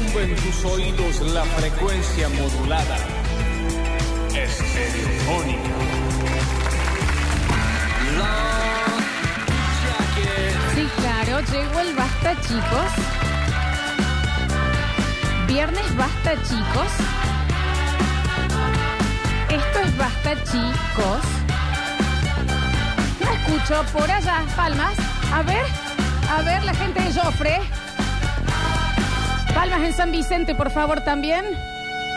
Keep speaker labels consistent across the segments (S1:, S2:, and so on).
S1: tus oídos la frecuencia modulada. Estereofónica.
S2: Sí, claro, llegó el basta, chicos. Viernes basta, chicos. Esto es basta, chicos. No escucho por allá, palmas. A ver, a ver, la gente de Jofre. Palmas en San Vicente, por favor, también.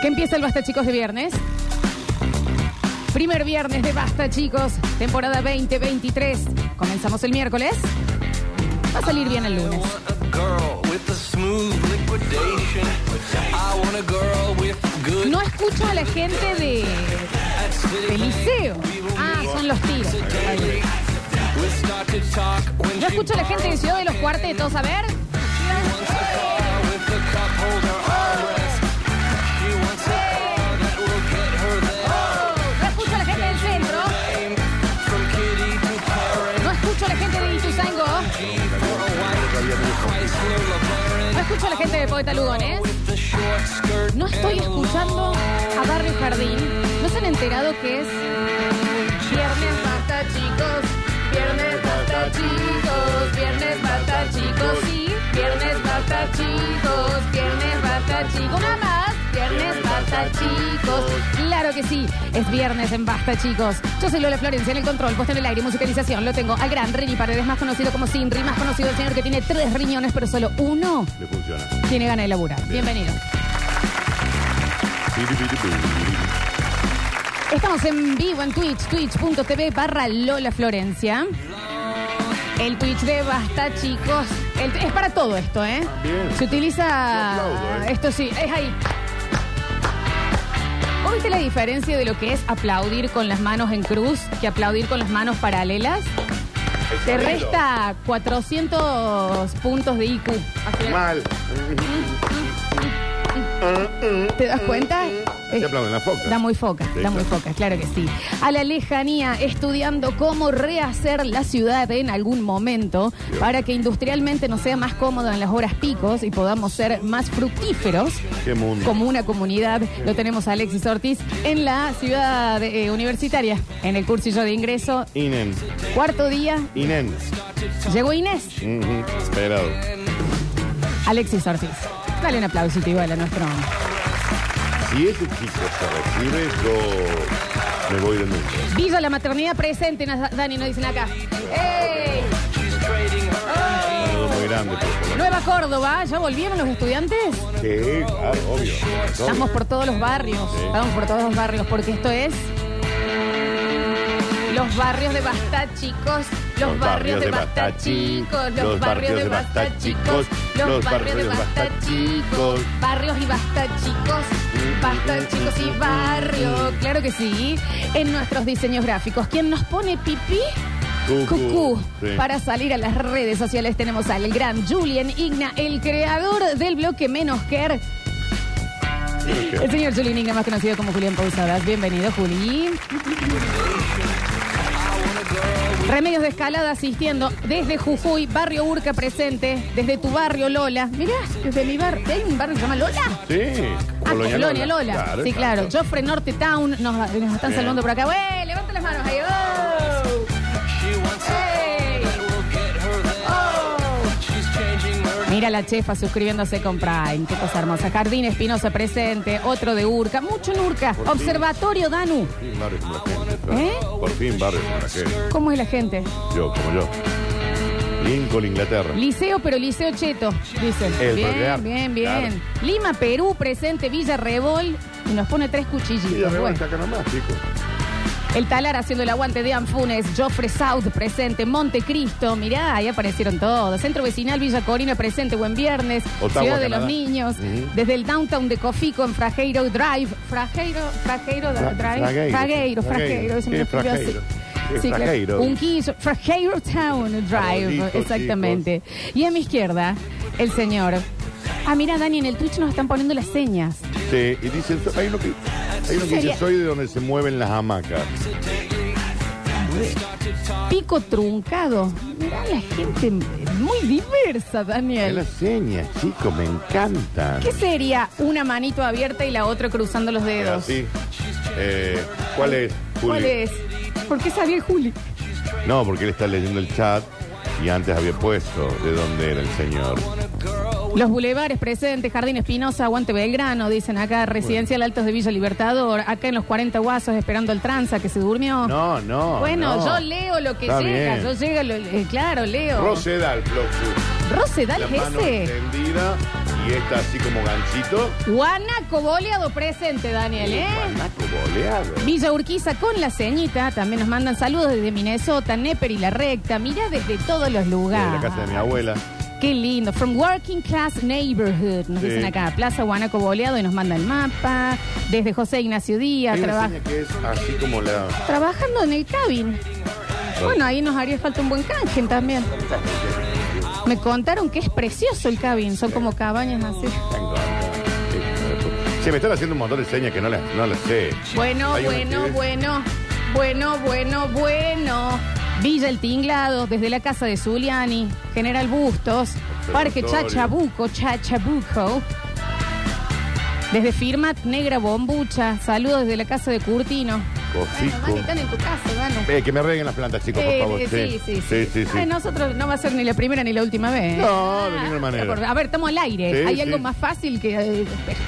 S2: Que empieza el basta, chicos, de viernes. Primer viernes de basta, chicos. Temporada 2023. Comenzamos el miércoles. Va a salir bien el lunes. No escucho a la gente de, de liceo. Ah, son los tiros. Yo escucho a la gente de Ciudad de los Cuartetos, a ver. No escucho a la gente del centro. No escucho a la gente de Ituzaingó. No escucho a la gente de Poeta Lugones. No estoy escuchando a Barrio Jardín. ¿No se han enterado que es Viernes Basta, chicos? Viernes Basta, chicos. Viernes Basta, chicos. Sí, Viernes Basta, chicos. Viernes Basta, chicos. Nada más. Viernes Basta, chicos. Claro que sí. Es viernes en Basta, chicos. Yo soy Lola Florencia en el control, puesta en el aire y musicalización. Lo tengo al gran Rini Paredes, más conocido como Sinri, más conocido el señor que tiene tres riñones, pero solo uno
S3: Le funciona.
S2: tiene ganas de laburar. Bienvenido. Estamos en vivo en Twitch, twitch.tv barra Lola Florencia. El Twitch de Basta, chicos. El- es para todo esto, ¿eh?
S3: Bien.
S2: Se utiliza...
S3: Yo aplaudo, ¿eh?
S2: Esto sí, es ahí. ¿Vos viste la diferencia de lo que es aplaudir con las manos en cruz que aplaudir con las manos paralelas? Te resta 400 puntos de IQ. Así es.
S3: Mal.
S2: ¿Te das cuenta?
S3: Se aplauden las focas.
S2: Da muy foca,
S3: Sí,
S2: da muy
S3: claro.
S2: foca, claro que sí. A la lejanía, estudiando cómo rehacer la ciudad en algún momento para que industrialmente nos sea más cómodo en las horas picos y podamos ser más fructíferos
S3: Qué mundo.
S2: como una comunidad. Lo tenemos a Alexis Ortiz en la ciudad eh, universitaria, en el cursillo de ingreso.
S3: Inen.
S2: Cuarto día,
S3: Inen.
S2: llegó Inés,
S3: Ujú. Esperado.
S2: Alexis Ortiz. Dale un aplausito igual a nuestro hombre.
S3: Si ese chico se recibe, yo me voy de nuevo.
S2: Villa La Maternidad presente, nos- Dani, nos dicen acá. ¡Ey!
S3: Todo muy grande, por favor.
S2: Nueva Córdoba, ¿ya volvieron los estudiantes?
S3: Sí, claro, Ah, obvio.
S2: Estamos por todos los barrios,
S3: Sí.
S2: estamos por todos los barrios, porque esto es... Los barrios de Basta, chicos. Los, barrios de Basta, chicos. Los barrios de Basta, chicos. Los barrios de Basta, chicos. Barrios y Basta, chicos. Basta, chicos y barrio. Claro que sí. En nuestros diseños gráficos. ¿Quién nos pone pipí?
S3: Cucú.
S2: Cucú.
S3: Sí.
S2: Para salir a las redes sociales tenemos al gran Julian Igna, el creador del bloque Menos Care. El señor Julian Igna, más conocido como Julián Pausadas. Bienvenido, Juli. Remedios de Escalada asistiendo desde Jujuy, barrio Urca presente, desde tu barrio Lola. Mirá, desde mi barrio, hay un barrio que se llama Lola.
S3: Sí.
S2: Ah, Colonia Lola. sí, claro. Joffre Norte Town nos, nos están
S3: Bien.
S2: saludando por acá. ¡Wey! Levanta las manos ahí. ¡Oh! ¡Ey! ¡Oh! Mira la chefa suscribiéndose con Prime. Qué cosa hermosa. Jardín Espinosa presente. Otro de Urca. Mucho en Urca.
S3: Por fin.
S2: Observatorio Danu.
S3: Por fin, barrio como la gente. claro.
S2: ¿Eh?
S3: Por fin, barrio como la gente.
S2: ¿Cómo es la gente?
S3: Yo, como yo. Lincoln, Inglaterra.
S2: Liceo, pero Liceo Cheto. Dicen.
S3: El
S2: bien,
S3: Belgrano,
S2: bien, bien,
S3: claro.
S2: Lima, Perú presente. Villa Rebol. Y nos pone tres cuchillitos.
S3: Sí, arriba,
S2: Bueno.
S3: está acá nomás, chicos.
S2: El Talar haciendo el aguante de Anfunes, Joffre South presente, Montecristo, mirá, ahí aparecieron todos. Centro Vecinal Villa Corina presente, buen viernes,
S3: Ottawa,
S2: Ciudad de
S3: Canadá.
S2: los Niños,
S3: Ujú.
S2: desde el downtown de Cofico en Frajeiro Drive. Frajeiro, Frajeiro
S3: Fra-
S2: Drive.
S3: Fragueiro,
S2: Frajeiro, Frajeiro,
S3: Fragueiro.
S2: se me
S3: Sí,
S2: ocurrió así.
S3: Fragueiro. Sí,
S2: Sí, claro.
S3: Fragueiro.
S2: Un quillo, Frajeiro Town Drive,
S3: Abuelitos,
S2: exactamente. Y a mi izquierda, el señor. Ah, mira, Dani, en el Twitch nos están poniendo las señas.
S3: Sí, y dice, hay uno que, hay uno que
S2: Sería-
S3: dice, soy de donde se mueven las hamacas.
S2: Pico truncado. Mirá la gente muy diversa,
S3: Es
S2: Daniel.
S3: las señas, chicos, me encantan.
S2: ¿Qué sería una manito abierta y la otra cruzando los dedos?
S3: Así. Eh, ¿Cuál es, Juli?
S2: ¿Cuál es? ¿Por qué sabía el Juli?
S3: No, porque él está leyendo el chat y antes había puesto de dónde era el señor.
S2: Los bulevares presentes, Jardín Espinosa, Aguante Belgrano, dicen acá, Residencial Altos de Villa Libertador, acá en los 40 guasos esperando el tranza que se durmió.
S3: No, no.
S2: bueno,
S3: no.
S2: yo leo lo que
S3: Está
S2: llega,
S3: bien.
S2: yo llega, lo- eh, claro, leo.
S3: Rosedal, Floxu.
S2: Rosedal
S3: La
S2: es
S3: mano
S2: ese.
S3: extendida y esta así como ganchito.
S2: Guanaco boleado presente, Daniel, ¿eh?
S3: Guanaco boleado.
S2: Villa Urquiza con la ceñita, también nos mandan saludos desde Minnesota, Neper y La Recta, mira desde todos los
S3: En la
S2: lugares.
S3: casa de mi abuela.
S2: Qué lindo. From Working Class Neighborhood, nos
S3: Sí.
S2: dicen acá. Plaza Guanaco Boleado y nos manda el mapa. Desde José Ignacio Díaz,
S3: Hay una
S2: traba-
S3: seña que es así como la.
S2: trabajando en el cabin. Bueno, ahí nos haría falta un buen canje también. Me contaron que es precioso el cabin, son como cabañas así.
S3: Tengo acá. Se me están haciendo un montón de señas que no las, no las sé.
S2: Bueno,
S3: Hay una
S2: bueno,
S3: que es-
S2: bueno, bueno, bueno, bueno. Villa El Tinglado, desde la casa de Zuliani, General Bustos, Parque
S3: Observatorio.
S2: Chachabuco, Chachabuco. Desde Firmat Negra Bombucha, saludos desde la casa de Curtino.
S3: Cosico.
S2: Dani, están en tu casa, Dani.
S3: Eh, que me arreglen las plantas, chicos, por
S2: Eh,
S3: favor.
S2: eh, sí, sí,
S3: sí. sí, sí.
S2: Ay, nosotros no va a ser ni la primera ni la última vez. ¿eh?
S3: No, de ninguna manera.
S2: pero por- A ver, estamos al aire.
S3: Sí,
S2: Hay
S3: sí.
S2: algo más fácil que. eh, espera.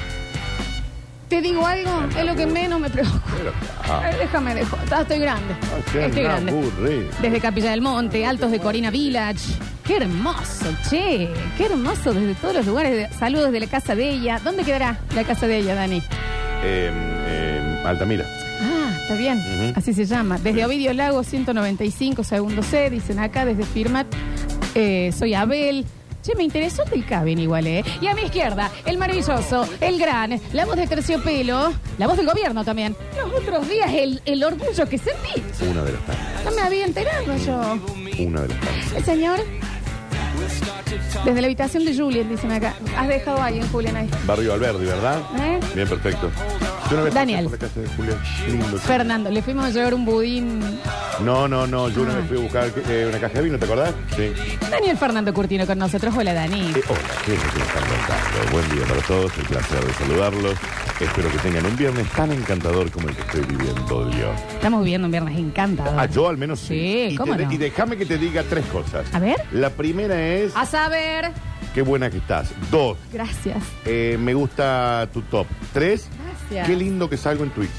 S2: Te digo algo, es lo que menos me preocupa.
S3: Pero,
S2: Ay,
S3: ah,
S2: déjame dejo. Ah, Estoy grande.
S3: ah, qué
S2: Estoy grande.
S3: aburrido.
S2: Desde Capilla del Monte, Altos de Corina Village. Qué hermoso, che. Qué hermoso desde todos los lugares. Saludos de la casa de ella. ¿Dónde quedará la casa de ella, Dani?
S3: Eh, eh, Altamira.
S2: Ah, está bien.
S3: Ujú.
S2: Así se llama. Desde Ovidio Lago, 195, segundo C. Dicen acá, desde Firmat, eh, soy Abel. Che, me interesó el del cabin igual, ¿eh? Y a mi izquierda, el maravilloso, el gran, la voz de terciopelo, la voz del gobierno también. Los otros días, el, el orgullo que sentí.
S3: Una de las tantas.
S2: No me había enterado yo.
S3: Una de las tantas.
S2: El señor. Desde la habitación de Julien, dicen acá. Has dejado a alguien, Julian, ahí.
S3: Barrio Alberdi, ¿verdad?
S2: ¿Eh?
S3: Bien, perfecto. Yo una vez pasé
S2: Daniel.
S3: por la casa de Julia. Lindo.
S2: Fernando, le fuimos a llevar un budín.
S3: No, no, no. Yo una
S2: Ah.
S3: vez fui a buscar eh, una caja de vino, ¿te acordás? Sí.
S2: Daniel Fernando Curtino con nosotros. Hola, Dani.
S3: Eh, hola, ¿qué es lo que me están contando? Buen día para todos, el placer de saludarlos. Espero que tengan un viernes tan encantador como el que estoy viviendo yo.
S2: Estamos viviendo un viernes encantador.
S3: Ah, yo al menos sí.
S2: Sí,
S3: y,
S2: ¿cómo
S3: te-
S2: no?
S3: y déjame que te diga tres cosas.
S2: A ver. Ah.
S3: La primera es,
S2: A saber.
S3: qué buena que estás. Dos,
S2: Gracias.
S3: eh, me gusta tu top. Tres,
S2: Gracias.
S3: qué lindo que salgo en Twitch.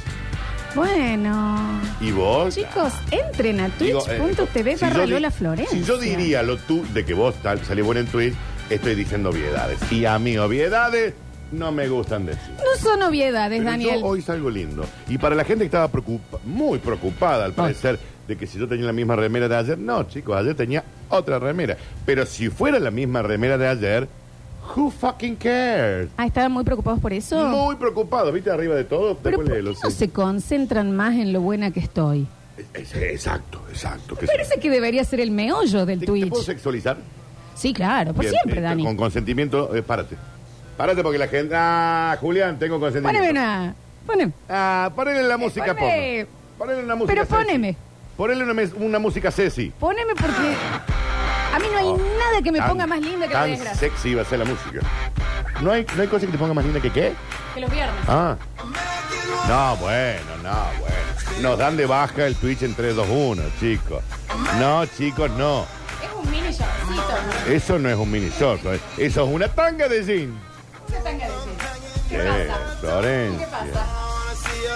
S2: Bueno.
S3: ¿Y vos?
S2: Chicos, entren a
S3: Digo, eh,
S2: twitch.tv
S3: si
S2: barra
S3: yo di-
S2: Lola Florencia.
S3: Si yo diría lo tú de que vos tal, salí bueno en Twitch, estoy diciendo obviedades. Y a mí obviedades no me gustan decir.
S2: No son obviedades,
S3: Pero
S2: Daniel.
S3: Yo hoy salgo lindo. Y para la gente que estaba preocupa- muy preocupada,
S2: Ah.
S3: al parecer, de que si yo tenía la misma remera de ayer, no, chicos, ayer tenía otra remera. Pero si fuera la misma remera de ayer, who fucking cares?
S2: Ah, estaban muy preocupados por eso.
S3: Muy preocupado, ¿viste? Arriba de todo.
S2: Pero
S3: después
S2: ¿por qué
S3: léelo,
S2: no
S3: sí.
S2: se concentran más en lo buena que estoy?
S3: Es- es- Exacto, exacto. que sí.
S2: Parece que debería ser el meollo del
S3: ¿Te, te puedo
S2: Twitch.
S3: sexualizar?
S2: Sí, claro, por
S3: Bien,
S2: siempre,
S3: eh,
S2: Dani.
S3: Con consentimiento, eh, párate. Párate porque la gente... Ah, Julián, tengo consentimiento.
S2: Poneme una. Poneme.
S3: Ah, ponele la música porno.
S2: ponme.
S3: Ponele una música
S2: Eh, Pero
S3: sexy.
S2: poneme.
S3: Ponele una, mes- una música Ceci.
S2: Poneme porque. A mí no hay nada que me ponga más linda que la
S3: Oh, Tan
S2: desgracia.
S3: sexy va a ser la música. ¿No hay, ¿No hay cosa que te ponga más linda que qué?
S2: Que los viernes.
S3: Ah. No, bueno, no, bueno. Nos dan de baja el Twitch en 3, 2, 1, chicos. No, chicos, no.
S2: Es un mini shortcito.
S3: Eso no es un mini short. ¿eh? Eso es una tanga de jean.
S2: ¿Qué tanga decís? ¿Qué
S3: Eh,
S2: pasa? ¿Qué
S3: Florencia.
S2: pasa?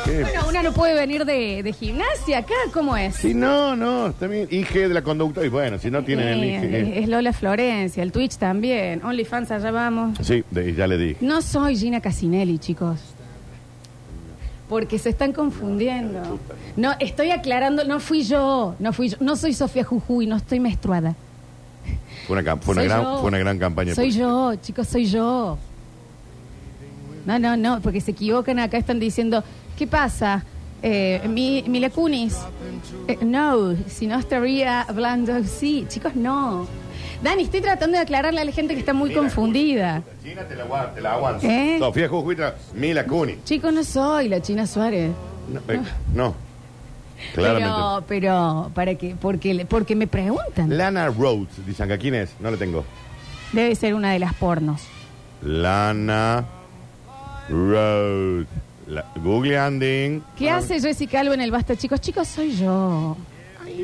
S3: ¿Qué?
S2: Bueno, una no puede venir de, de gimnasia acá, ¿cómo es?
S3: Si no, no, está bien. IG de la conducta. Y bueno, si no tienen el
S2: Eh,
S3: IG.
S2: es, es Lola Florencia, el Twitch también, OnlyFans, allá vamos.
S3: Sí, de- ya le dije.
S2: No soy Gina Casinelli, chicos. Porque se están confundiendo. No, estoy aclarando, no fui yo, no fui yo, no soy Sofía Jujuy, no estoy menstruada.
S3: Fue una, cam- fue una
S2: Soy
S3: gran,
S2: yo.
S3: fue una gran campaña.
S2: Soy yo, chicos, soy yo. No, no, no, porque se equivocan acá, están diciendo, ¿qué pasa? Eh, mi, Mila Kunis. Eh, no, si no estaría hablando, sí, chicos, no. Dani, estoy tratando de aclararle a la gente que está muy
S3: Mila
S2: confundida.
S3: China te la, aguan- te la aguanto.
S2: ¿Eh?
S3: Sofía Jujuy, tra- Mila Cuni.
S2: Chicos, no soy la China Suárez.
S3: No, eh, no. Claramente.
S4: Pero, pero, ¿para qué? Porque, le- porque me preguntan.
S3: Lana Rhodes, dicen acá. ¿Quién es? No la tengo.
S4: Debe ser una de las pornos.
S3: Lana Rhodes. La- Google Anding.
S2: ¿Qué hace Jessica Alba en el Basta, chicos? Chicos, soy yo.
S3: Ay,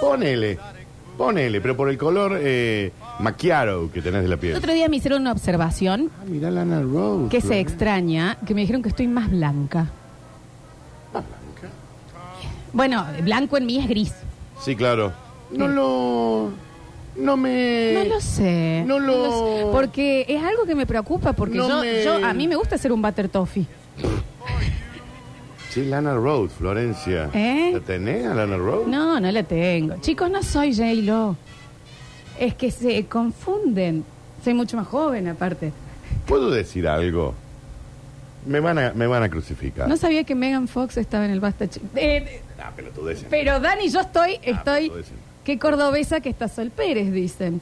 S3: ponele. Ponele, pero por el color eh, macchiaro que tenés de la
S2: El
S3: piel.
S2: otro día me hicieron una observación
S3: Ah, mirá Lana Rhodes.
S2: que se
S3: Flor.
S2: extraña, que me dijeron que estoy más blanca. Bueno, blanco en mí es gris.
S3: Sí, claro. No lo... No me...
S2: No lo sé.
S3: Eh, no lo-
S2: sé. Porque es algo que me preocupa, porque
S3: No
S2: yo,
S3: me-
S2: yo- a mí me gusta hacer un butter toffee.
S3: Sí, Lana Rhodes, Florencia.
S2: ¿Eh?
S3: ¿La tenés a Lana Rhodes?
S2: No, no la tengo. Chicos, no soy J-Lo. Es que se confunden. Soy mucho más joven, aparte.
S3: ¿Puedo decir algo? Me van a, me van a crucificar.
S2: No sabía que Megan Fox estaba en el Basta Chi- Eh,
S3: Ah, pelotudeces.
S2: pero Dani, yo estoy,
S3: Ah,
S2: estoy.
S3: pero todo eso.
S2: Qué cordobesa que está Sol Pérez, dicen.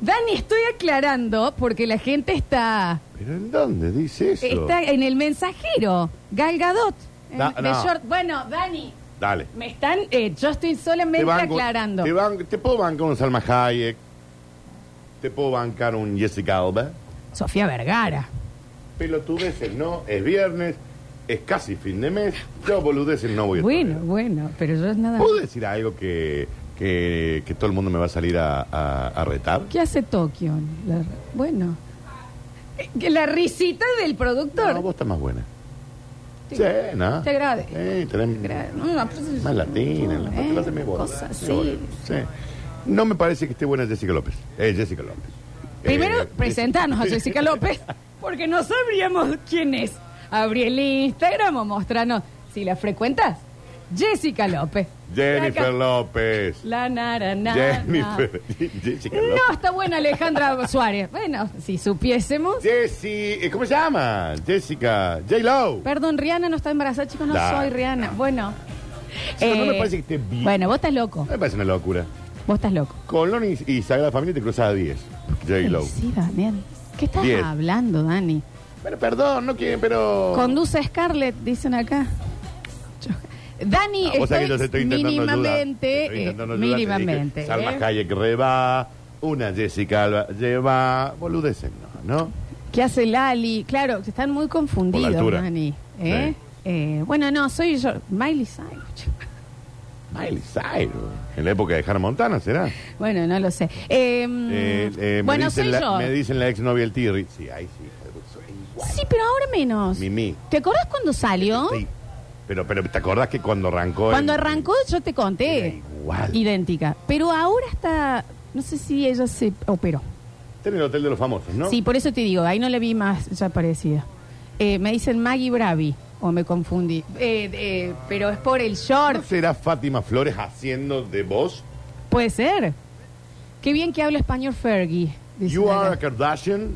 S2: Dani, estoy aclarando porque la gente está.
S3: ¿Pero en dónde dice eso?
S2: Está en el mensajero. Gal Gadot. en-
S3: Da-
S2: de
S3: no.
S2: short. Bueno, Dani,
S3: Dale.
S2: me están. eh, yo estoy solamente
S3: banco-
S2: aclarando.
S3: Te, ban- te puedo bancar un Salma Hayek. Te puedo bancar un Jessica Alba.
S2: Sofía Vergara.
S3: Pelotudeces no, es viernes, es casi fin de mes. Yo boludeces no voy a
S2: Bueno,
S3: tolerar.
S2: bueno, pero yo es nada.
S3: ¿Puedo decir algo que, que, que todo el mundo me va a salir a, a- a retar?
S2: ¿Qué hace Tokio? La- bueno. Eh, que La risita del productor.
S3: No, vos estás más buena.
S2: Te-
S3: Sí, ¿no?
S2: te agradezco.
S3: Sí, tenés
S2: Gra- no, no, pues-
S3: más latina, la
S2: Eh,
S3: la me bola.
S2: cosas,
S3: Me
S2: sí.
S3: bola, sí. No me parece que esté buena Jessica López. Eh, Jessica López.
S2: Primero,
S3: Eh,
S2: presentarnos a Jessica López, porque no sabríamos quién es. Abrí el Instagram o mostrarnos. Si la frecuentas, Jessica López.
S3: Jennifer
S2: Acá-
S3: López.
S2: La nara, na, na.
S3: Jennifer. Jessica López.
S2: No, está buena Alejandra Suárez. Bueno, si supiésemos.
S3: Jessie, eh, ¿cómo se llama? Jessica, J-Lo.
S2: Perdón, Rihanna no está embarazada, chicos, no
S3: Da.
S2: soy Rihanna. Bueno. Eh,
S3: Chico, no me parece que esté bien.
S2: Bueno, vos estás loco.
S3: Me parece una locura.
S2: Vos estás loco. Eh,
S3: Colón y, y Sagrada Familia te cruzas a 10. J-Lo.
S2: Sí, Daniel. ¿Qué estás
S3: Diez.
S2: hablando, Dani?
S3: Bueno, perdón, no quieren, pero.
S2: Conduce Scarlett, dicen acá. Yo- Dani,
S3: Ah, vos sabés que yo te
S2: estoy,
S3: estoy intentando
S2: mínimamente,
S3: ayudar. Te estoy intentando
S2: eh,
S3: ayudar, te dije,
S2: mínimamente.
S3: Salma
S2: ¿eh?
S3: Hayek reba, una Jessica Alba lleva. Boludeces, no, ¿no?
S2: ¿Qué hace Lali? Claro, que están muy confundidos,
S3: altura.
S2: Dani. ¿eh? Eh, bueno, no, soy yo. Miley Cyrus. chico.
S3: Miley Cyrus. En la época de Hannah Montana, ¿será?
S2: Bueno, no lo sé. Eh,
S3: Eh, eh, me
S2: Mm. bueno,
S3: dicen
S2: soy
S3: la,
S2: yo.
S3: Me dicen la ex novia el Tirri. Sí, ahí sí. soy igual.
S2: Sí, pero ahora menos.
S3: Mimi.
S2: ¿Te acordás cuando salió?
S3: Sí. Pero, pero ¿te acordás que cuando arrancó?
S2: Cuando
S3: el-
S2: arrancó yo te
S3: Era
S2: conté.
S3: igual.
S2: Idéntica. Pero ahora está... No sé si ella se operó.
S3: Está en el Hotel de los Famosos, ¿no?
S2: Sí, por eso te digo, ahí no le vi más ya parecida. Eh, me dicen Maggie Bravi, o me confundí. Eh, eh, pero es por el short.
S3: ¿No será Fátima Flores haciendo de voz?
S2: Puede ser. Qué bien que habla español Fergie. dice
S3: You
S2: acá.
S3: are a Kardashian.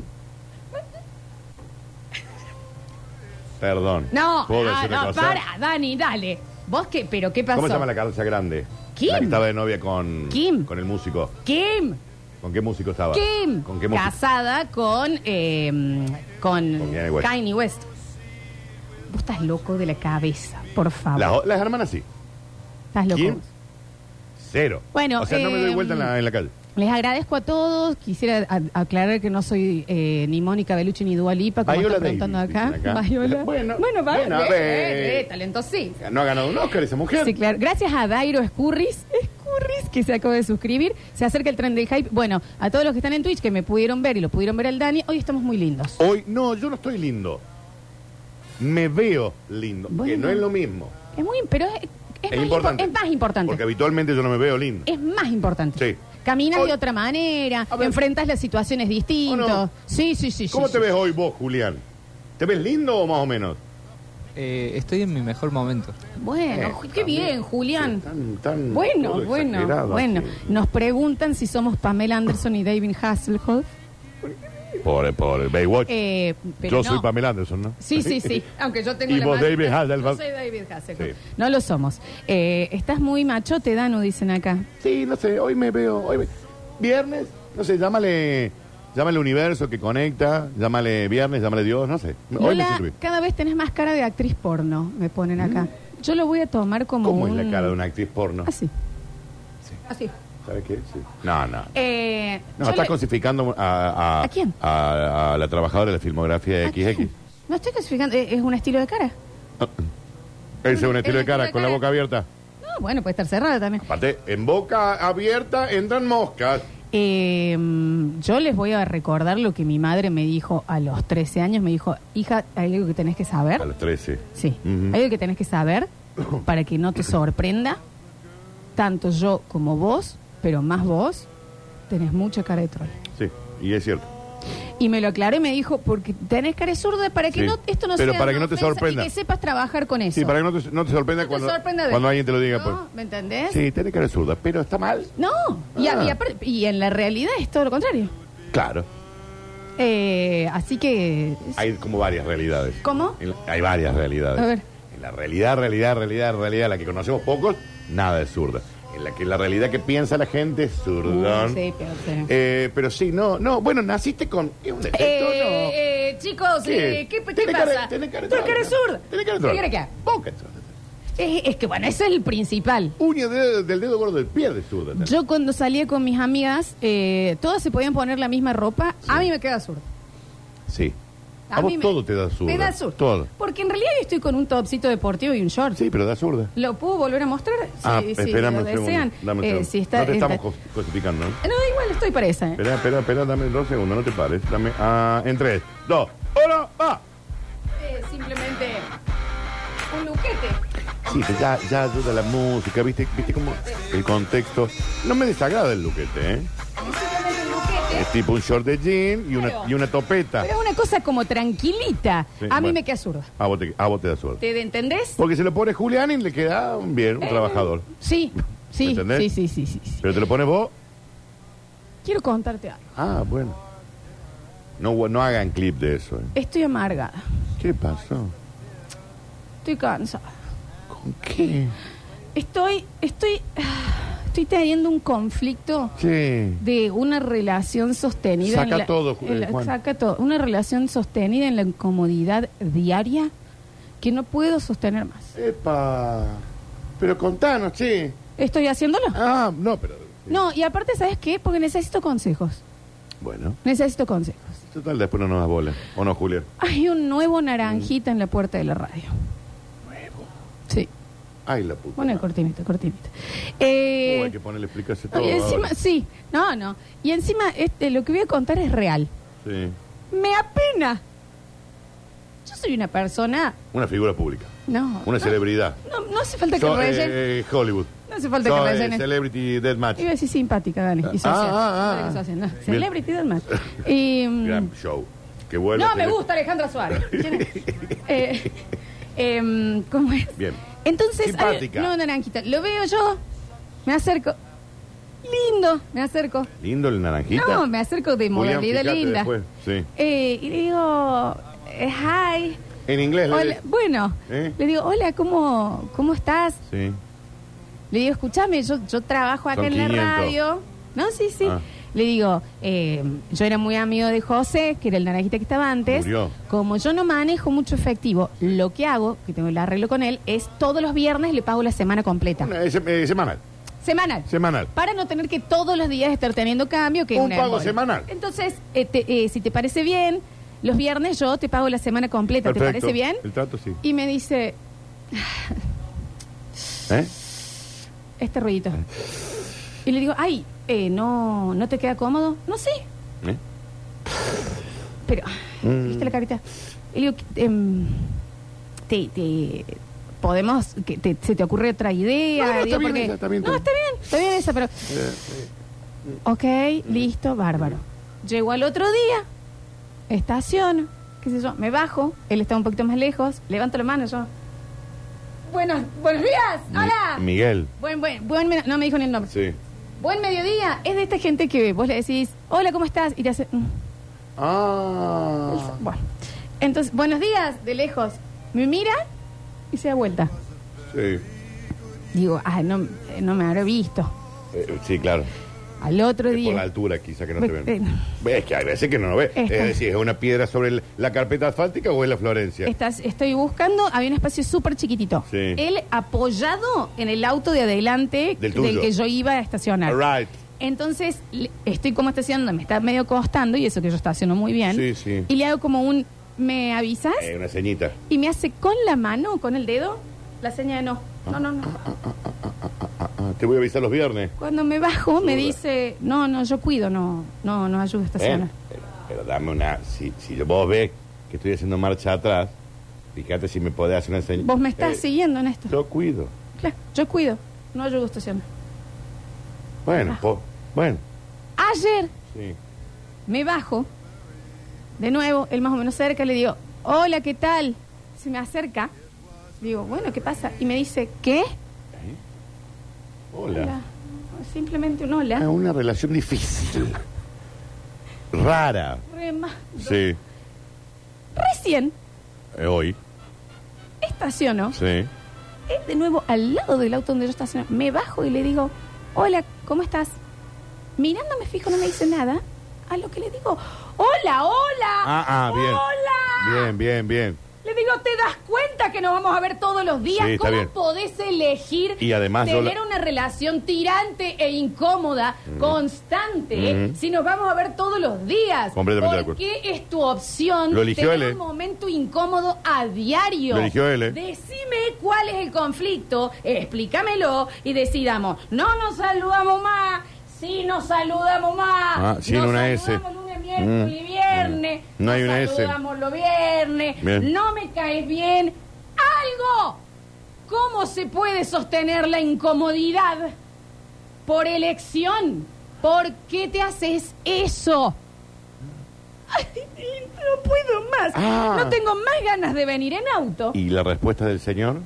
S3: Perdón.
S2: No,
S3: ¿Puedo
S2: ah,
S3: decir una
S2: no,
S3: cosa?
S2: para, Dani, dale. ¿Vos qué? ¿Pero qué pasó?
S3: ¿Cómo se llama la Carla grande?
S2: Kim.
S3: La que estaba de novia con...
S2: Kim.
S3: Con el músico.
S2: Kim.
S3: ¿Con qué músico estaba?
S2: Kim.
S3: ¿Con qué músico?
S2: Casada con, eh, con,
S3: Con Kanye West.
S2: Kanye West. Vos estás loco de la cabeza, por favor.
S3: Las, o- las hermanas sí.
S2: Estás loco.
S3: Kim. Cero.
S2: Bueno,
S3: O sea, no me doy
S2: eh,
S3: vuelta en la, en la calle.
S2: Les agradezco a todos. Quisiera a- aclarar que no soy eh, ni Mónica Bellucci ni Dua Lipa, como
S3: Viola
S2: están preguntando
S3: Davis,
S2: acá.
S3: dicen acá.
S2: Viola.
S3: Bueno,
S2: bueno, va,
S3: bueno, a
S2: eh,
S3: ver.
S2: eh, eh, talentosísima.
S3: No ha ganado un Oscar esa mujer.
S2: Sí, claro. Gracias a Dairo Escurris, Escurris, que se acaba de suscribir. Se acerca el tren del hype. Bueno, a todos los que están en Twitch, que me pudieron ver y lo pudieron ver al Dani, hoy estamos muy lindos.
S3: Hoy, no, yo no estoy lindo. Me veo lindo, que
S2: Bueno.
S3: no es lo mismo.
S2: Es muy, pero es, es más, impo- es más importante.
S3: Porque habitualmente yo no me veo lindo.
S2: Es más importante.
S3: Sí.
S2: Caminas
S3: Hoy-
S2: de otra manera,
S3: A ver.
S2: enfrentas las situaciones distintas.
S3: ¿O no?
S2: Sí, sí, sí. sí,
S3: ¿Cómo
S2: sí,
S3: te ves hoy vos, Julián? ¿Te ves lindo o más o menos?
S5: Eh, estoy en mi mejor momento.
S2: Bueno, ju- qué bien, Julián.
S3: Eh, Tan, tan
S2: Bueno,
S3: todo
S2: bueno,
S3: exagerado
S2: bueno.
S3: así.
S2: Nos preguntan si somos Pamela Anderson y David Hasselhoff.
S3: Pobre, pobre. Baywatch.
S2: Eh, pero
S3: yo
S2: no.
S3: soy Pamela Anderson, ¿no?
S2: Sí, sí, sí. Aunque yo tengo
S3: Y
S2: la
S3: vos,
S2: manita-
S3: David Hasselhoff.
S2: Yo soy David Hasselhoff.
S3: Sí.
S2: No lo somos. Eh, estás muy machote, Danu, dicen acá.
S3: Sí, no sé, hoy me veo. Hoy me- Viernes, no sé, llámale. Llámale universo que conecta, llámale viernes, llámale Dios, no sé. Hoy me
S2: Lola,
S3: sirve.
S2: cada vez tenés más cara de actriz porno, me ponen acá. Yo lo voy a tomar como
S3: Mm. ¿Cómo
S2: un...
S3: es la cara de una actriz porno?
S2: Así.
S6: Sí.
S2: Así.
S3: ¿Sabes qué? Sí. No, no.
S7: Eh,
S3: No,
S7: yo
S3: estás
S7: le-
S3: cosificando a,
S2: ¿A quién?
S3: A, a la trabajadora de la
S7: ¿A
S3: filmografía XX.
S7: quién? No estoy clasificando, eh, es un estilo de cara.
S3: Ese es un
S7: El
S3: estilo de cara, con la boca abierta.
S7: No, bueno, puede estar cerrada también.
S3: Aparte, en boca abierta entran moscas.
S2: Eh, yo les voy a recordar lo que mi madre me dijo a los 13 años. Me dijo, hija, hay algo que tenés que saber.
S3: A los 13.
S2: Sí,
S3: Ujú.
S2: hay algo que tenés que saber para que no te sorprenda. Tanto yo como vos, pero más vos, tenés mucha cara de troll.
S3: Sí, y es cierto.
S2: Y me lo aclaró y me dijo, porque tenés cara de zurda para que
S3: Sí,
S2: no, esto no
S3: pero
S2: sea
S3: para que
S2: una
S3: no te
S2: ofensa
S3: sorprenda.
S2: Y que sepas trabajar con eso.
S3: Sí, para que no te, no te sorprenda
S7: No te
S3: cuando,
S7: sorprenda de-
S3: cuando alguien te lo diga.
S7: ¿No? ¿eh? ¿Me entendés?
S3: Por... Sí, tiene cara de zurda, pero está mal.
S2: No, y, a-
S3: Ah.
S2: y aparte- y en la realidad es todo lo contrario.
S3: Claro,
S2: Eh, así que...
S3: hay como varias realidades.
S2: ¿Cómo?
S3: En la- Hay varias realidades.
S2: A ver.
S3: En la realidad, realidad, realidad, realidad, la que conocemos pocos, nada es zurda. En la que la realidad que piensa la gente es zurdón.
S2: Uh, sí, pero, sí.
S3: Eh, pero sí, no, no, bueno, naciste con. Es un defecto,
S7: Eh,
S3: no.
S7: eh, chicos, eh, ¿qué, qué,
S3: Tenés cara-
S7: pasa?
S3: tenés cara de
S7: Tenés cara de
S3: zurda.
S7: zurda.
S3: Tenés cara
S7: ¿Qué
S3: de zurda.
S7: querés que haga?
S3: Boca de zurda.
S2: Es, es que bueno, ese es el principal.
S3: Uña de- del dedo gordo del pie de zurda. tenés.
S2: Yo cuando salía con mis amigas, eh, todas se podían poner la misma ropa. A mí me queda zurda.
S3: Sí. A,
S2: A
S3: vos
S2: mí me-
S3: todo te da zurda.
S2: Me da zurda.
S3: Todo.
S2: Porque en realidad yo estoy con un topsito deportivo y un short.
S3: Sí, pero da zurda.
S2: ¿Lo puedo volver a mostrar? Si-
S3: ah,
S2: si
S3: espérame
S2: lo
S3: un segundo.
S2: desean.
S3: Dame un
S2: Eh,
S3: segundo.
S2: si está-
S3: no te
S2: está-
S3: estamos cos- cosificando, ¿no?
S2: No, igual estoy para esa. eh.
S3: Espera, espera, espera, dame dos segundos, no te pares. Dame, ah, en tres, dos, uno, va.
S2: Eh, simplemente un luquete.
S3: Sí, pero ya, ya ayuda la música, viste, viste como el contexto. No me desagrada el luquete, ¿eh?
S2: Simplemente un luquete.
S3: Es tipo un short de jean y una,
S2: Claro.
S3: y una topeta.
S2: Pero es una cosa como tranquilita.
S3: Sí,
S2: a mí
S3: bueno.
S2: me queda zurda.
S3: A vos te, a vos te da suerte.
S2: ¿Te entendés?
S3: Porque se lo pone Julián y le queda un bien, un trabajador.
S2: Sí, sí,
S3: ¿Entendés?
S2: sí, sí, sí, sí, sí.
S3: Pero te lo pones vos,
S2: Quiero contarte algo.
S3: ah, bueno. No, no hagan clip de eso, ¿eh?
S2: Estoy amargada.
S3: ¿Qué pasó?
S2: Estoy cansada.
S3: ¿Con qué?
S2: Estoy, estoy, ah, estoy teniendo un conflicto
S3: Sí.
S2: de una relación sostenida.
S3: Saca todo, Ju-
S2: en la-
S3: eh, Juan.
S2: Saca todo. Una relación sostenida en la incomodidad diaria que no puedo sostener más.
S3: Epa. Pero contanos, sí.
S2: ¿Estoy haciéndolo?
S3: Ah, no, pero.
S2: No, y aparte, ¿sabes qué? Porque necesito consejos.
S3: Bueno,
S2: Necesito consejos.
S3: total, después no nos das bola. ¿O no, Julián?
S2: Hay un nuevo naranjita en la puerta de la radio. ¿Nuevo? Sí.
S3: Ay, la puta.
S2: Bueno,
S3: madre.
S2: cortinita, cortinita.
S3: Uh,
S2: Eh,
S3: hay que ponerle explicarse
S2: y
S3: todo.
S2: encima,
S3: ahora.
S2: sí, no, no. Y encima, este, lo que voy a contar es real.
S3: Sí.
S2: Me apena. Yo soy una persona.
S3: Una figura pública.
S2: No.
S3: Una
S2: no,
S3: celebridad.
S2: No, no hace Ah. falta que
S3: So-
S2: rellen-
S3: eh, eh, Hollywood.
S2: No hace falta que
S3: So- eh,
S2: rellene.
S3: Celebrity Deathmatch.
S2: Iba a decir simpática, Dani. Y
S3: Ah,
S2: social.
S3: ah, ah.
S2: No, social, no.
S3: Bien.
S2: Celebrity del mar. Y, mm,
S3: Gran show. Que vuelve.
S2: no, me gusta Alejandra Suárez. ¿Quién es? Eh, em, ¿Cómo es?
S3: Bien.
S2: Entonces, ay,
S3: Simpática.
S2: no, naranjita. Lo veo yo, me acerco. Lindo, me acerco.
S3: Lindo el naranjita.
S2: No, me acerco de
S3: Julián,
S2: modalidad
S3: fíjate
S2: linda.
S3: después, sí.
S2: Eh, y le digo, eh, hi.
S3: En inglés. le-
S2: Hola. Bueno,
S3: ¿Eh?
S2: le digo, hola, ¿cómo, cómo estás?
S3: Sí.
S2: Le digo, escúchame, yo, yo trabajo acá
S3: Son
S2: en
S3: 500.
S2: la radio. No, sí, sí.
S3: Ah.
S2: Le digo, eh, yo era muy amigo de José, que era el naranjita que estaba antes.
S3: Murió.
S2: Como yo no manejo mucho efectivo, lo que hago, que tengo el arreglo con él, es todos los viernes le pago la semana completa.
S3: Una- eh, se- eh, semanal.
S2: Semanal.
S3: Semanal.
S2: Para no tener que todos los días estar teniendo cambio. Que es
S3: Un
S2: una
S3: pago
S2: embole.
S3: semanal.
S2: Entonces, eh, te- eh, si te parece bien, los viernes yo te pago la semana completa.
S3: Perfecto.
S2: ¿Te parece bien?
S3: El trato sí.
S2: Y me dice,
S3: ¿Eh?
S2: este ruidito. Y le digo, ay, eh, no, ¿no te queda cómodo? No, sí,
S3: ¿Eh?
S2: pero... ah,
S3: Mm.
S2: ¿Viste la carita? Y le digo, em, te, te- podemos, que te- ¿se te ocurre otra idea?
S3: No, no, está
S2: Digo,
S3: bien esa, está bien,
S2: no,
S3: está
S2: está bien, está bien esa, pero... Ok, listo, bárbaro. Llego al otro día, estaciono, qué sé yo, me bajo, él está un poquito más lejos, levanto la mano yo. Buenos, buenos días,
S3: Mi-
S2: hola.
S3: Miguel.
S2: Buen, buen, buen, me- no me dijo ni el nombre.
S3: Sí.
S2: Buen mediodía, es de esta gente que vos le decís, hola, ¿cómo estás? Y te hace... "Mm".
S3: Ah.
S2: Bueno, entonces, buenos días, de lejos. Me mira y se da vuelta.
S3: Sí.
S2: Digo, ah, no, eh, no me habrá visto.
S3: Eh, sí, claro.
S2: Al otro
S3: Es Por la
S2: día.
S3: altura, quizá que no
S2: Me-
S3: te ven.
S2: eh,
S3: Es que agradece que no lo ve. Es
S2: Está.
S3: decir, ¿es una piedra sobre el- la carpeta asfáltica o es la Florencia?
S2: Estás, estoy buscando, había un espacio súper chiquitito.
S3: Sí.
S2: Él apoyado en el auto de adelante
S3: Del tuyo.
S2: que yo iba a estacionar.
S3: All right.
S2: Entonces, le- estoy como estacionando, me está medio costando, y eso que yo estaciono muy bien.
S3: Sí, sí.
S2: Y le hago como un, ¿me avisas?
S3: Eh, una ceñita.
S2: Y me hace con la mano, con el dedo, la seña de no. No, no, no.
S3: Ah, te voy a avisar los viernes.
S2: Cuando me bajo, me
S3: Duda.
S2: dice, no, no, yo cuido, no, no, no ayudo a
S3: Ven,
S2: estacionar.
S3: pero- Eh, Pero dame una. Si, si vos ves que estoy haciendo marcha atrás, fíjate si me podés hacer una señal.
S2: Vos me estás siguiendo en esto.
S3: Eh, Yo cuido.
S2: Claro, yo cuido, no ayudo a estacionar. Ah.
S3: Bueno, po- bueno,
S2: Ayer
S3: sí.
S2: Me bajo. De nuevo, él más o menos cerca, le digo, hola, ¿qué tal? Se me acerca. Digo, bueno, ¿qué pasa? Y me dice, ¿qué?
S3: Hola.
S2: Simplemente un hola.
S3: Ah, una relación difícil. Rara.
S2: Rema-
S3: Ah. Sí.
S2: Recién
S3: Eh, hoy.
S2: estaciono.
S3: Sí.
S2: Él eh, de nuevo al lado del auto donde yo estaciono. Me bajo y le digo, hola, ¿cómo estás? Mirándome fijo, no me dice nada. A lo que le digo, hola, hola.
S3: Ah, ah, bien.
S2: Hola.
S3: Bien, bien, bien.
S2: Le digo, ¿te das cuenta que nos vamos a ver todos los días?
S3: Sí, está
S2: ¿Cómo
S3: bien.
S2: podés elegir
S3: Y además yo
S8: Tener
S3: la-
S8: una relación tirante e incómoda, constante, eh?
S3: Mm.
S8: si nos vamos a ver todos los días.
S3: Completamente de
S8: ¿Por
S3: acuerdo.
S8: qué es tu opción
S3: Lo eligió
S8: tener
S3: él, ¿eh?
S8: un momento incómodo a diario?
S3: Lo eligió él, ¿eh?
S8: Decime cuál es el conflicto, explícamelo y decidamos. No nos saludamos más, sí nos saludamos más.
S3: Ah, sí,
S8: nos
S3: una S.
S8: saludamos lunes, miércoles y
S3: Mm.
S8: viernes.
S3: Mm. No hay
S8: nos
S3: una S.
S8: saludamos los viernes.
S3: Bien.
S8: No me caes bien. ¡Algo! ¿Cómo se puede sostener la incomodidad por elección? ¿Por qué te haces eso?
S2: Ay, no puedo más.
S3: Ah.
S2: No tengo más ganas de venir en auto.
S3: ¿Y la respuesta del señor?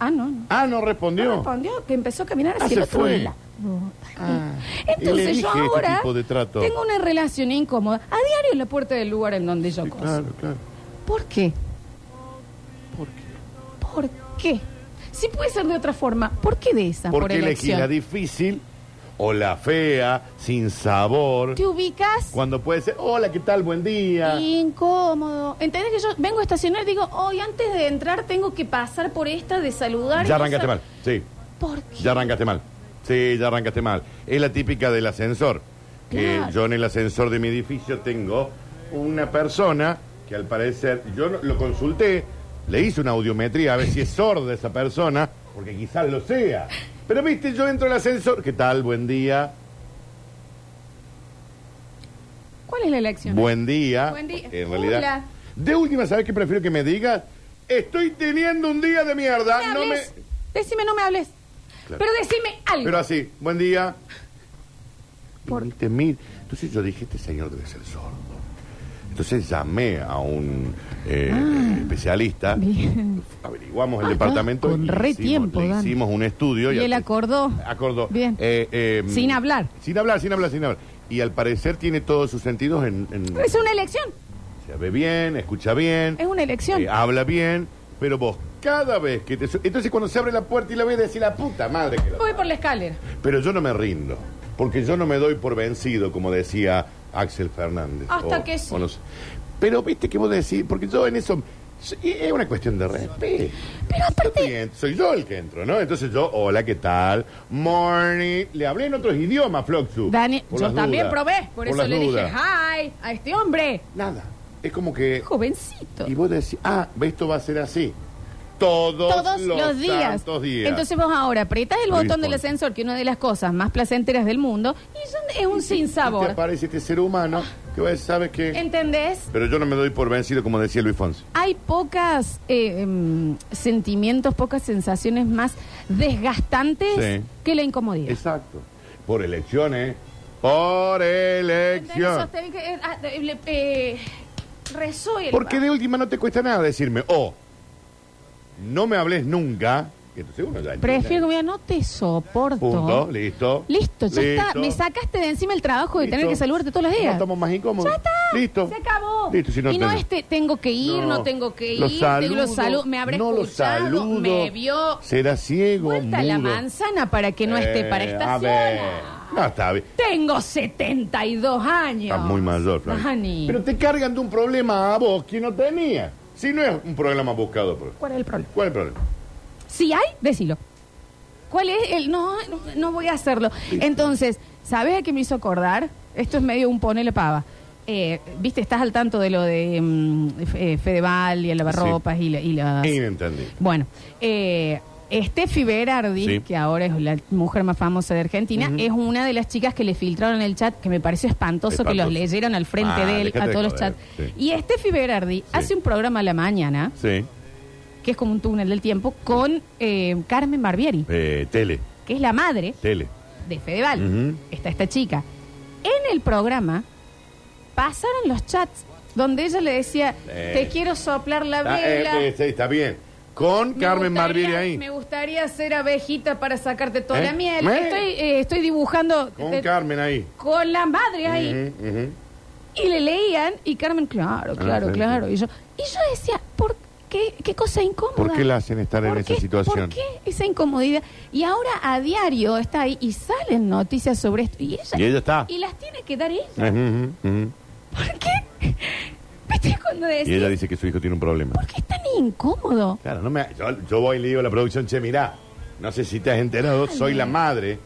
S2: Ah, no, no.
S3: Ah, no
S2: No
S3: respondió.
S2: respondió que empezó a caminar hacia
S3: Ah,
S2: el
S3: se
S2: otro
S3: fue. Ah.
S2: lado.
S3: y le
S2: Entonces
S3: dije
S2: yo
S3: este
S2: ahora
S3: tipo de trato.
S2: tengo una relación incómoda a diario en la puerta del lugar en donde yo
S3: Sí,
S2: coso.
S3: claro, claro.
S2: ¿Por qué? ¿Por qué? Si puede ser de otra forma, ¿por qué de esa?
S3: ¿Por qué elegí la
S2: elección?
S3: difícil o la fea, sin sabor?
S2: Te ubicas
S3: Cuando puede ser, hola, ¿qué tal? Buen día.
S2: incómodo. ¿Entendés que yo vengo a estacionar y digo, hoy antes de entrar tengo que pasar por esta de saludar? y
S3: Ya arrancaste
S2: esa-
S3: mal, sí.
S2: ¿Por qué?
S3: Ya arrancaste mal. Sí, ya arrancaste mal. Es la típica del ascensor. Que
S2: Claro.
S3: yo en el ascensor de mi edificio tengo una persona que al parecer, yo no- lo consulté, le hice una audiometría a ver si es sorda esa persona, porque quizás lo sea. Pero viste, yo entro al ascensor, ¿qué tal? Buen día.
S2: ¿Cuál es la elección?
S3: Buen día.
S2: Buen día.
S3: En realidad.
S2: Hola.
S3: De última, ¿sabes qué prefiero que me digas? Estoy teniendo un día de mierda.
S2: No me
S3: no me...
S2: hables. Decime, no me hables.
S3: Claro.
S2: Pero decime algo.
S3: Pero así, buen día.
S2: Por-
S3: Y te mira. Entonces yo dije, este señor debe ser sordo. Entonces llamé a un eh, especialista,
S2: Ah, Bien.
S3: averiguamos el
S2: Ah,
S3: departamento
S2: con
S3: y
S2: re
S3: hicimos,
S2: tiempo,
S3: le
S2: Dan.
S3: hicimos un estudio.
S2: Y
S3: al-
S2: él acordó.
S3: Acordó.
S2: Bien.
S3: Eh, eh,
S2: Sin hablar.
S3: Sin hablar, sin hablar, sin hablar. Y al parecer tiene todos sus sentidos en... en-
S2: Es una elección.
S3: Se ve bien, escucha bien.
S2: Es una elección.
S3: Eh, habla bien, pero vos cada vez que te... su- Entonces cuando se abre la puerta y la ves decís la puta madre que la...
S2: Voy por la escalera.
S3: Pero yo no me rindo, porque yo no me doy por vencido, como decía Axel Fernández.
S2: Hasta que sí.
S3: no sé. Pero viste que vos decís, porque yo en eso... sí, Es una cuestión de respeto.
S2: Pero aparte-
S3: Yo te- Soy yo el que entro, ¿no? Entonces yo, hola, ¿qué tal? Morning. Le hablé en otros idiomas, Floxu.
S2: Dani,
S3: por
S2: yo
S3: las
S2: también
S3: dudas.
S2: probé. Por, eso
S3: las
S2: le
S3: dudas.
S2: dije, hi, a este hombre.
S3: Nada. Es como que...
S2: Jovencito.
S3: Y vos decís, ah, esto va a ser así. Todos,
S2: Todos los, días.
S3: santos días.
S2: Entonces vos ahora apretás el
S3: Lo
S2: botón del
S3: dispone.
S2: ascensor, que es una de las cosas más placenteras del mundo, y son- es un
S3: Y te
S2: sinsabor.
S3: aparece este ser humano
S2: Ah.
S3: que vos sabes que...
S2: ¿Entendés?
S3: Pero yo no me doy por vencido, como decía Luis Fonsi.
S2: Hay pocas eh, em, sentimientos, pocas sensaciones más desgastantes
S3: Sí.
S2: que la incomodidad.
S3: Exacto. Por elecciones. Por elección.
S2: Sostener que, eh, ah, eh, le- eh, rezó y el
S3: Porque de última no te cuesta nada decirme, o no me hables nunca. que entonces uno ya entiende.
S2: Prefiero que me diga, no te soporto.
S3: Punto, listo.
S2: Listo, ya está.
S3: Listo.
S2: Me sacaste de encima el trabajo de tener
S3: Listo.
S2: que saludarte todos los
S3: No
S2: días.
S3: estamos más incómodos.
S2: Ya está.
S3: Pues, Listo.
S2: Se acabó.
S3: Listo, si no
S2: y no
S3: tenés.
S2: este, tengo que ir, no, tengo que ir.
S3: Lo
S2: tengo-
S3: saludo,
S2: lo salu- me habré
S3: no lo
S2: escuchado,
S3: saludo.
S2: me vio.
S3: Será ciego,
S2: Vuelta la
S3: mudo.
S2: manzana para que no
S3: Eh,
S2: esté para
S3: a
S2: esta
S3: ver.
S2: zona.
S3: No, está bien.
S2: Tengo 72 años.
S3: Estás muy mayor, Flor.
S2: Dani.
S3: Pero te cargan de un problema a vos que no tenía. Si no es un problema buscado por.
S2: ¿Cuál es el problema?
S3: ¿Cuál es el problema?
S2: Si hay, decilo. ¿Cuál es el.? No, no, no voy a hacerlo. Entonces, ¿sabes a qué me hizo acordar? Esto es medio un ponele pava. Eh, Viste, estás al tanto de lo de mm, F- eh, Fedeval y el lavarropas y, la- y las.
S3: Inentendible.
S2: Bueno, eh, Steffi Berardi,
S3: Sí.
S2: que ahora es la mujer más famosa de Argentina, es una de las chicas que le filtraron el chat, que me pareció espantoso, que los
S3: Espantoso.
S2: leyeron al frente
S3: Ah,
S2: de él,
S3: déjate
S2: a
S3: de
S2: todos los
S3: joder,
S2: chats.
S3: sí.
S2: Y Steffi Berardi hace un programa a la mañana,
S3: Sí.
S2: que es como un túnel del tiempo, con eh, Carmen Barbieri,
S3: Eh, tele,
S2: que es la madre
S3: tele.
S2: de Fedeval.
S3: Ujú.
S2: Está esta chica. En el programa pasaron los chats donde ella le decía,
S3: Eh.
S2: te quiero soplar la
S3: Está, eh,
S2: vela.
S3: eh, sí, está bien. Con
S2: Me
S3: Carmen
S2: gustaría-
S3: Barbieri ahí.
S2: Me gustaría ser abejita para sacarte toda
S3: ¿Eh?
S2: la miel.
S3: ¿Eh?
S2: Estoy, eh, estoy dibujando
S3: Con
S2: eh,
S3: Carmen ahí.
S2: con la madre ahí.
S3: Ujú, ujú.
S2: Y le leían y Carmen, claro, claro,
S3: sí,
S2: claro.
S3: sí.
S2: Y yo, y yo decía, ¿por qué, qué cosa incómoda?
S3: ¿Por qué la hacen estar en
S2: ¿Por
S3: esa
S2: qué-
S3: situación?
S2: ¿Por qué esa incomodidad? Y ahora a diario está ahí y salen noticias sobre esto. Y ella,
S3: Y ella está.
S2: y las tiene que dar ella.
S3: Ujú, ujú, ujú.
S2: ¿Por qué? ¿Viste cuando decís,
S3: Y ella dice que su hijo tiene un problema.
S2: ¿por qué es tan incómodo?
S3: Claro, no me, yo, yo voy y le digo a la producción, che, mirá, no sé si te has enterado, soy la madre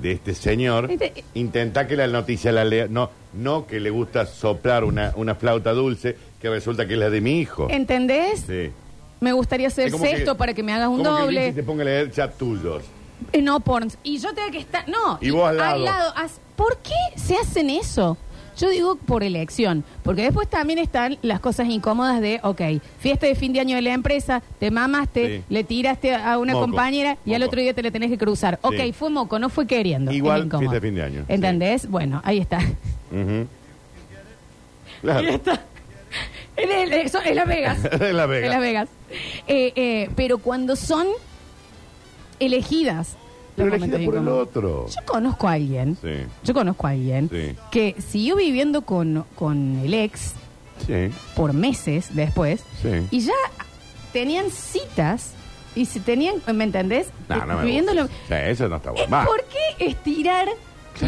S3: de este señor.
S2: Este-
S3: Intenta que la noticia la lea. No, no que le gusta soplar una, una flauta dulce que resulta que es la de mi hijo.
S2: ¿Entendés?
S3: Sí.
S2: Me gustaría ser
S3: Es como que-
S2: sexto para que me hagas un
S3: como que el
S2: doble.
S3: bichi te ponga a leer chat tuyos.
S2: Eh, No porns. Y yo tengo que estar. No.
S3: Y vos al lado.
S2: haz- ¿Por qué se hacen eso? Yo digo por elección. Porque después también están las cosas incómodas de, ok, fiesta de fin de año de la empresa, te mamaste,
S3: Sí.
S2: le tiraste a una
S3: Moco.
S2: compañera y al
S3: Moco.
S2: otro día te le tenés que cruzar. Ok,
S3: Sí.
S2: fue moco, no fue queriendo.
S3: Igual,
S2: Es incómodo.
S3: fiesta de fin de año.
S2: ¿Entendés? Bueno, ahí está.
S3: Ujú. Claro.
S2: Ahí está. En, el- eso- en Las Vegas.
S3: En Las Vegas.
S2: En Las Vegas. Eh, eh, pero cuando son elegidas.
S3: Pero
S2: los
S3: elegida
S2: momentos
S3: por el
S2: incómodos.
S3: otro.
S2: Yo conozco a alguien.
S3: Sí.
S2: Yo conozco a alguien
S3: Sí.
S2: que siguió viviendo con, con el ex
S3: Sí.
S2: por meses después
S3: Sí.
S2: y ya tenían citas y se tenían, ¿me entendés?
S3: No, no me
S2: Viviendo
S3: gusta.
S2: lo-
S3: Sí, eso no está
S2: ¿Eh,
S3: bueno. Va,
S2: ¿Por qué estirar la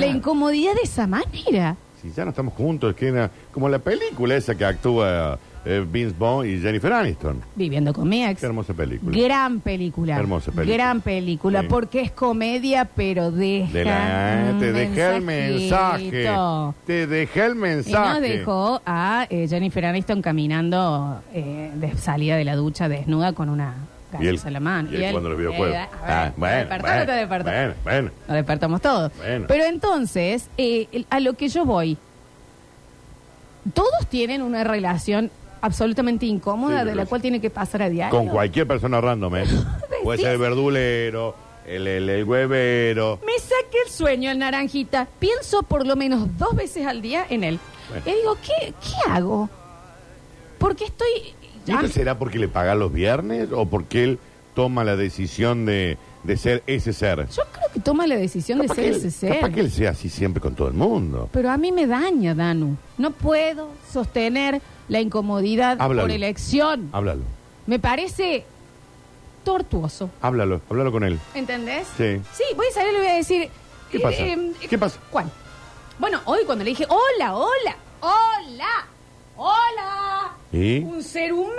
S3: Claro.
S2: incomodidad de esa manera?
S3: Si ya no estamos juntos, que era como la película esa que actúa eh, Vince Vaughn y Jennifer Aniston.
S2: Viviendo con mi ex.
S3: Qué hermosa película.
S2: Gran película.
S3: Hermosa película.
S2: Gran película,
S3: Sí.
S2: porque es comedia, pero deja.
S3: Delante,
S2: un
S3: te dejé el mensaje.
S2: mensajito.
S3: Te dejé el
S2: Y nos
S3: mensaje.
S2: dejó a eh, Jennifer Aniston caminando eh, de salida de la ducha desnuda con una
S3: Y él,
S2: gaseosa en la mano.
S3: y él cuando los videojuegos.
S2: eh, a ver,
S3: Ah,
S2: ¿te
S3: bueno,
S2: despertó o
S3: bueno,
S2: no te despertó?
S3: bueno, bueno.
S2: Nos despertamos todos.
S3: Bueno.
S2: Pero entonces, eh, el- a lo que yo voy, todos tienen una relación absolutamente incómoda
S3: Sí,
S2: de la
S3: pero-
S2: cual tiene que pasar a diario.
S3: Con cualquier persona random, ¿eh? Puede ser el verdulero, el, el, el huevero.
S2: Me saque el sueño el naranjita. Pienso por lo menos dos veces al día en él.
S3: Bueno.
S2: Y digo, ¿qué, qué hago? Porque estoy...
S3: ¿Y esto será porque le paga los viernes o porque él toma la decisión de, de ser ese ser?
S2: Yo creo que toma la decisión de
S3: Capaz
S2: ser
S3: que él-
S2: ese ser.
S3: Capaz que él sea así siempre con todo el mundo.
S2: Pero a mí me daña, Danu. No puedo sostener la incomodidad
S3: Háblalo.
S2: por elección.
S3: Háblalo,
S2: Me parece tortuoso.
S3: háblalo, háblalo con él.
S2: ¿Entendés?
S3: Sí.
S2: Sí, voy a salir y le voy a decir. eh, em,
S3: ¿Qué pasa? ¿Qué pasa?
S2: ¿Cuál? Bueno, hoy cuando le dije, hola, hola, hola, hola.
S3: ¿Y?
S2: Un ser humano.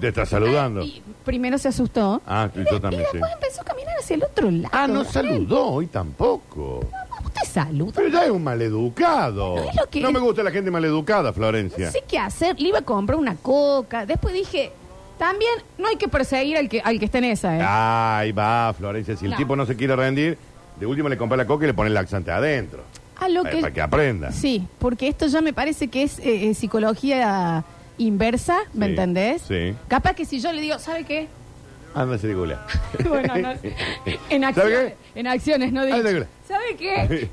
S3: Te está saludando.
S2: Ah, Y pues, primero se asustó.
S3: Ah, y
S2: y,
S3: yo
S2: de-
S3: también,
S2: y después
S3: sí.
S2: empezó a caminar hacia el otro lado.
S3: Ah, no
S2: Daniel. eh.
S3: saludó hoy tampoco.
S2: ¿Usted saluda?
S3: Pero ya es un maleducado.
S2: No, es lo que-
S3: No me gusta la gente maleducada,
S2: No
S3: Florencia.
S2: sé qué hacer. Le iba a comprar una coca. Después dije, también no hay que perseguir al que, al que está en esa, ¿eh?
S3: Ah, Ahí va, Florencia. Si el
S2: No.
S3: tipo no se quiere rendir, de último le compra la coca y le pone el laxante adentro.
S2: a lo
S3: Eh,
S2: que...
S3: Para que aprenda.
S2: Sí, porque esto ya me parece que es eh, eh, psicología inversa, ¿me
S3: Sí,
S2: entendés?
S3: sí.
S2: Capaz que si yo le digo, ¿sabe qué?
S3: Anda, se regula.
S2: bueno, no, en
S3: ¿Sabe
S2: acciones, en acciones, no digo.
S3: Ahí te-
S2: ¿Sabe
S3: qué?
S2: qué?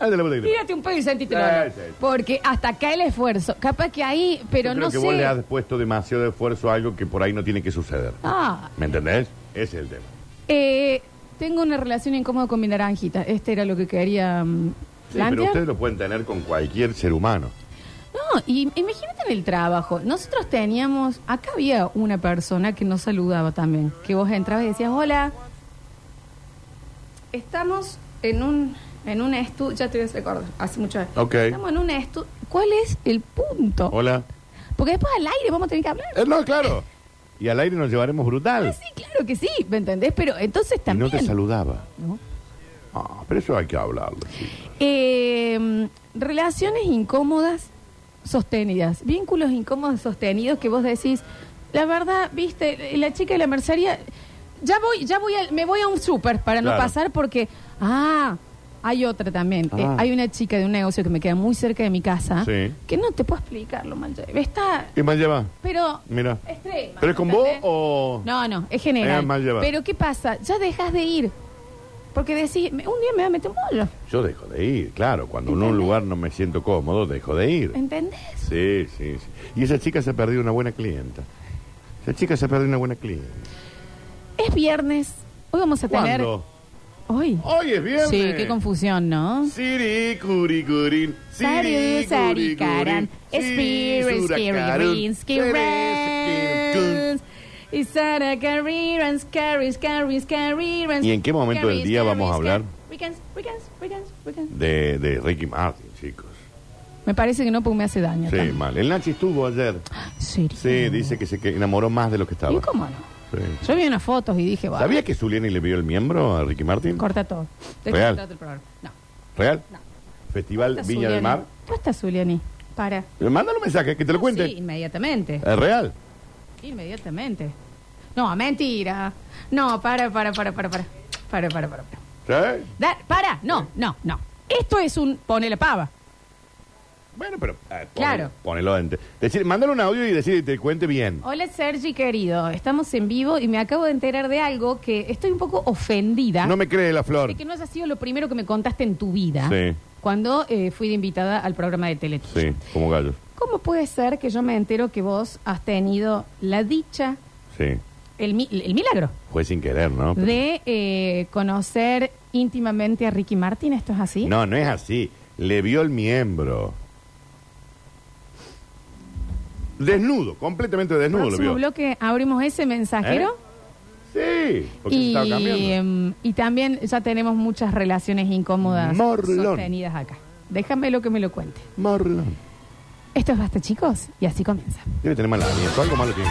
S3: Anda, la puta que te-
S2: Tírate un pedo y sentítelo.
S3: Sí, sí, sí.
S2: Porque hasta acá el esfuerzo. Capaz que ahí, pero
S3: Yo
S2: no
S3: creo que
S2: sé.
S3: vos le has puesto demasiado esfuerzo a algo que por ahí no tiene que suceder.
S2: Ah,
S3: ¿Me entendés? Ese es el tema.
S2: eh, tengo una relación incómoda con mi naranjita. Este era lo que quería mm,
S3: Sí, pero
S2: plantear.
S3: ustedes lo pueden tener con cualquier ser humano.
S2: No, y imagínate en el trabajo. Nosotros teníamos, acá había una persona que nos saludaba también, que vos entrabas y decías, hola, estamos en un en un estudio, ya te voy a recordar, hace mucho tiempo.
S3: Ok.
S2: Estamos en un estudio. ¿Cuál es el punto?
S3: Hola.
S2: Porque después al aire vamos a tener que hablar.
S3: Eh, no, claro. Y al aire nos llevaremos brutal.
S2: Ah, sí, claro que sí, ¿me entendés? Pero entonces
S3: y no
S2: también.
S3: te saludaba.
S2: ¿no?
S3: Ah, pero eso hay que hablarlo. sí.
S2: Eh, relaciones incómodas sostenidas, vínculos incómodos sostenidos que vos decís, la verdad, viste, la chica de la mercería, ya voy, ya voy, al- me voy a un súper para no
S3: Claro.
S2: pasar porque, ah, hay otra también,
S3: Ah.
S2: Eh, hay una chica de un negocio que me queda muy cerca de mi casa,
S3: Sí.
S2: que no te puedo explicar lo mal, lleva. está,
S3: ¿Y más lleva?
S2: pero
S3: Mira.
S2: extrema,
S3: ¿Pero es con vos
S2: ¿entendés?
S3: o.?
S2: No, no, es general.
S3: Es mal llevado.
S2: Pero ¿qué pasa? Ya dejas de ir. Porque decís, "Me- un día me va a meter un bolo.
S3: Yo dejo de ir, claro. Cuando en un
S2: ¿Entendés?
S3: lugar no me siento cómodo, dejo de ir.
S2: ¿Entendés?
S3: Sí, sí, sí. Y esa chica se ha perdido una buena clienta. Esa chica se ha perdido una buena clienta.
S2: Es viernes. Hoy vamos a tener.
S3: ¿Cuándo?
S2: Hoy.
S3: Hoy es viernes.
S2: Sí, qué confusión, ¿no?
S3: Siri, curicurín.
S2: Sari,
S3: Siri,
S2: sari, caran.
S3: curicurín.
S2: Spirit,
S3: suracarun,
S2: scary,
S3: teres,
S2: scary, Y Sara, carriran, scary, scary, scary,
S3: ¿Y en qué momento del día vamos a hablar?
S2: Weekends, weekends, weekends, weekends.
S3: De, de Ricky Martin, chicos.
S2: Me parece que no, porque me hace daño.
S3: Sí,
S2: también.
S3: mal. El Nachi estuvo ayer.
S2: Sí,
S3: Sí, dice que se que- enamoró más de lo que estaba.
S2: ¿Y cómo no?
S3: Sí.
S2: Yo vi unas fotos y dije, va,
S3: ¿Sabía que Zuliani le vio el miembro a Ricky Martin?
S2: corta todo. De hecho,
S3: Real.
S2: se trata el programa. No.
S3: ¿Real?
S2: No.
S3: Festival
S2: Está
S3: Viña del
S2: Zuliani.
S3: Mar.
S2: ¿Dónde está Zuliani? Para.
S3: Le Mándale un mensaje, que te lo
S2: No,
S3: cuente.
S2: Sí, inmediatamente.
S3: ¿Es real?
S2: Inmediatamente. No, mentira. No, para, para, para, para, para. Para, para, para. para.
S3: ¿Sí?
S2: Da- para, no, no, no. Esto es un pone la pava.
S3: Bueno, pero eh, ponelo-
S2: Claro.
S3: ponelo en- Decir, mándale un audio y decir, te cuente bien.
S2: Hola Sergi querido, estamos en vivo y me acabo de enterar de algo que estoy un poco ofendida
S3: No me cree la flor.
S2: de que no haya sido lo primero que me contaste en tu vida
S3: Sí.
S2: cuando eh, fui de invitada al programa de Teletus.
S3: Sí, como gallo.
S2: ¿Cómo puede ser que yo me entero que vos has tenido la dicha,
S3: Sí.
S2: el, mi- el milagro
S3: Fue sin querer, ¿no? Pero-
S2: de eh, conocer íntimamente a Ricky Martin? ¿Esto es así?
S3: No, no es así. Le vio el miembro. Desnudo, completamente desnudo lo
S2: Próximo
S3: vio. ¿Eh?
S2: bloque abrimos ese mensajero.
S3: Sí, porque se
S2: Y,
S3: estaba cambiando.
S2: em, y también ya tenemos muchas relaciones incómodas
S3: Morlón.
S2: sostenidas acá. Déjame lo que me lo cuente.
S3: Marlon.
S2: Esto es Basta, chicos, y así comienza.
S3: Debe tener mal aliento, algo malo tiene.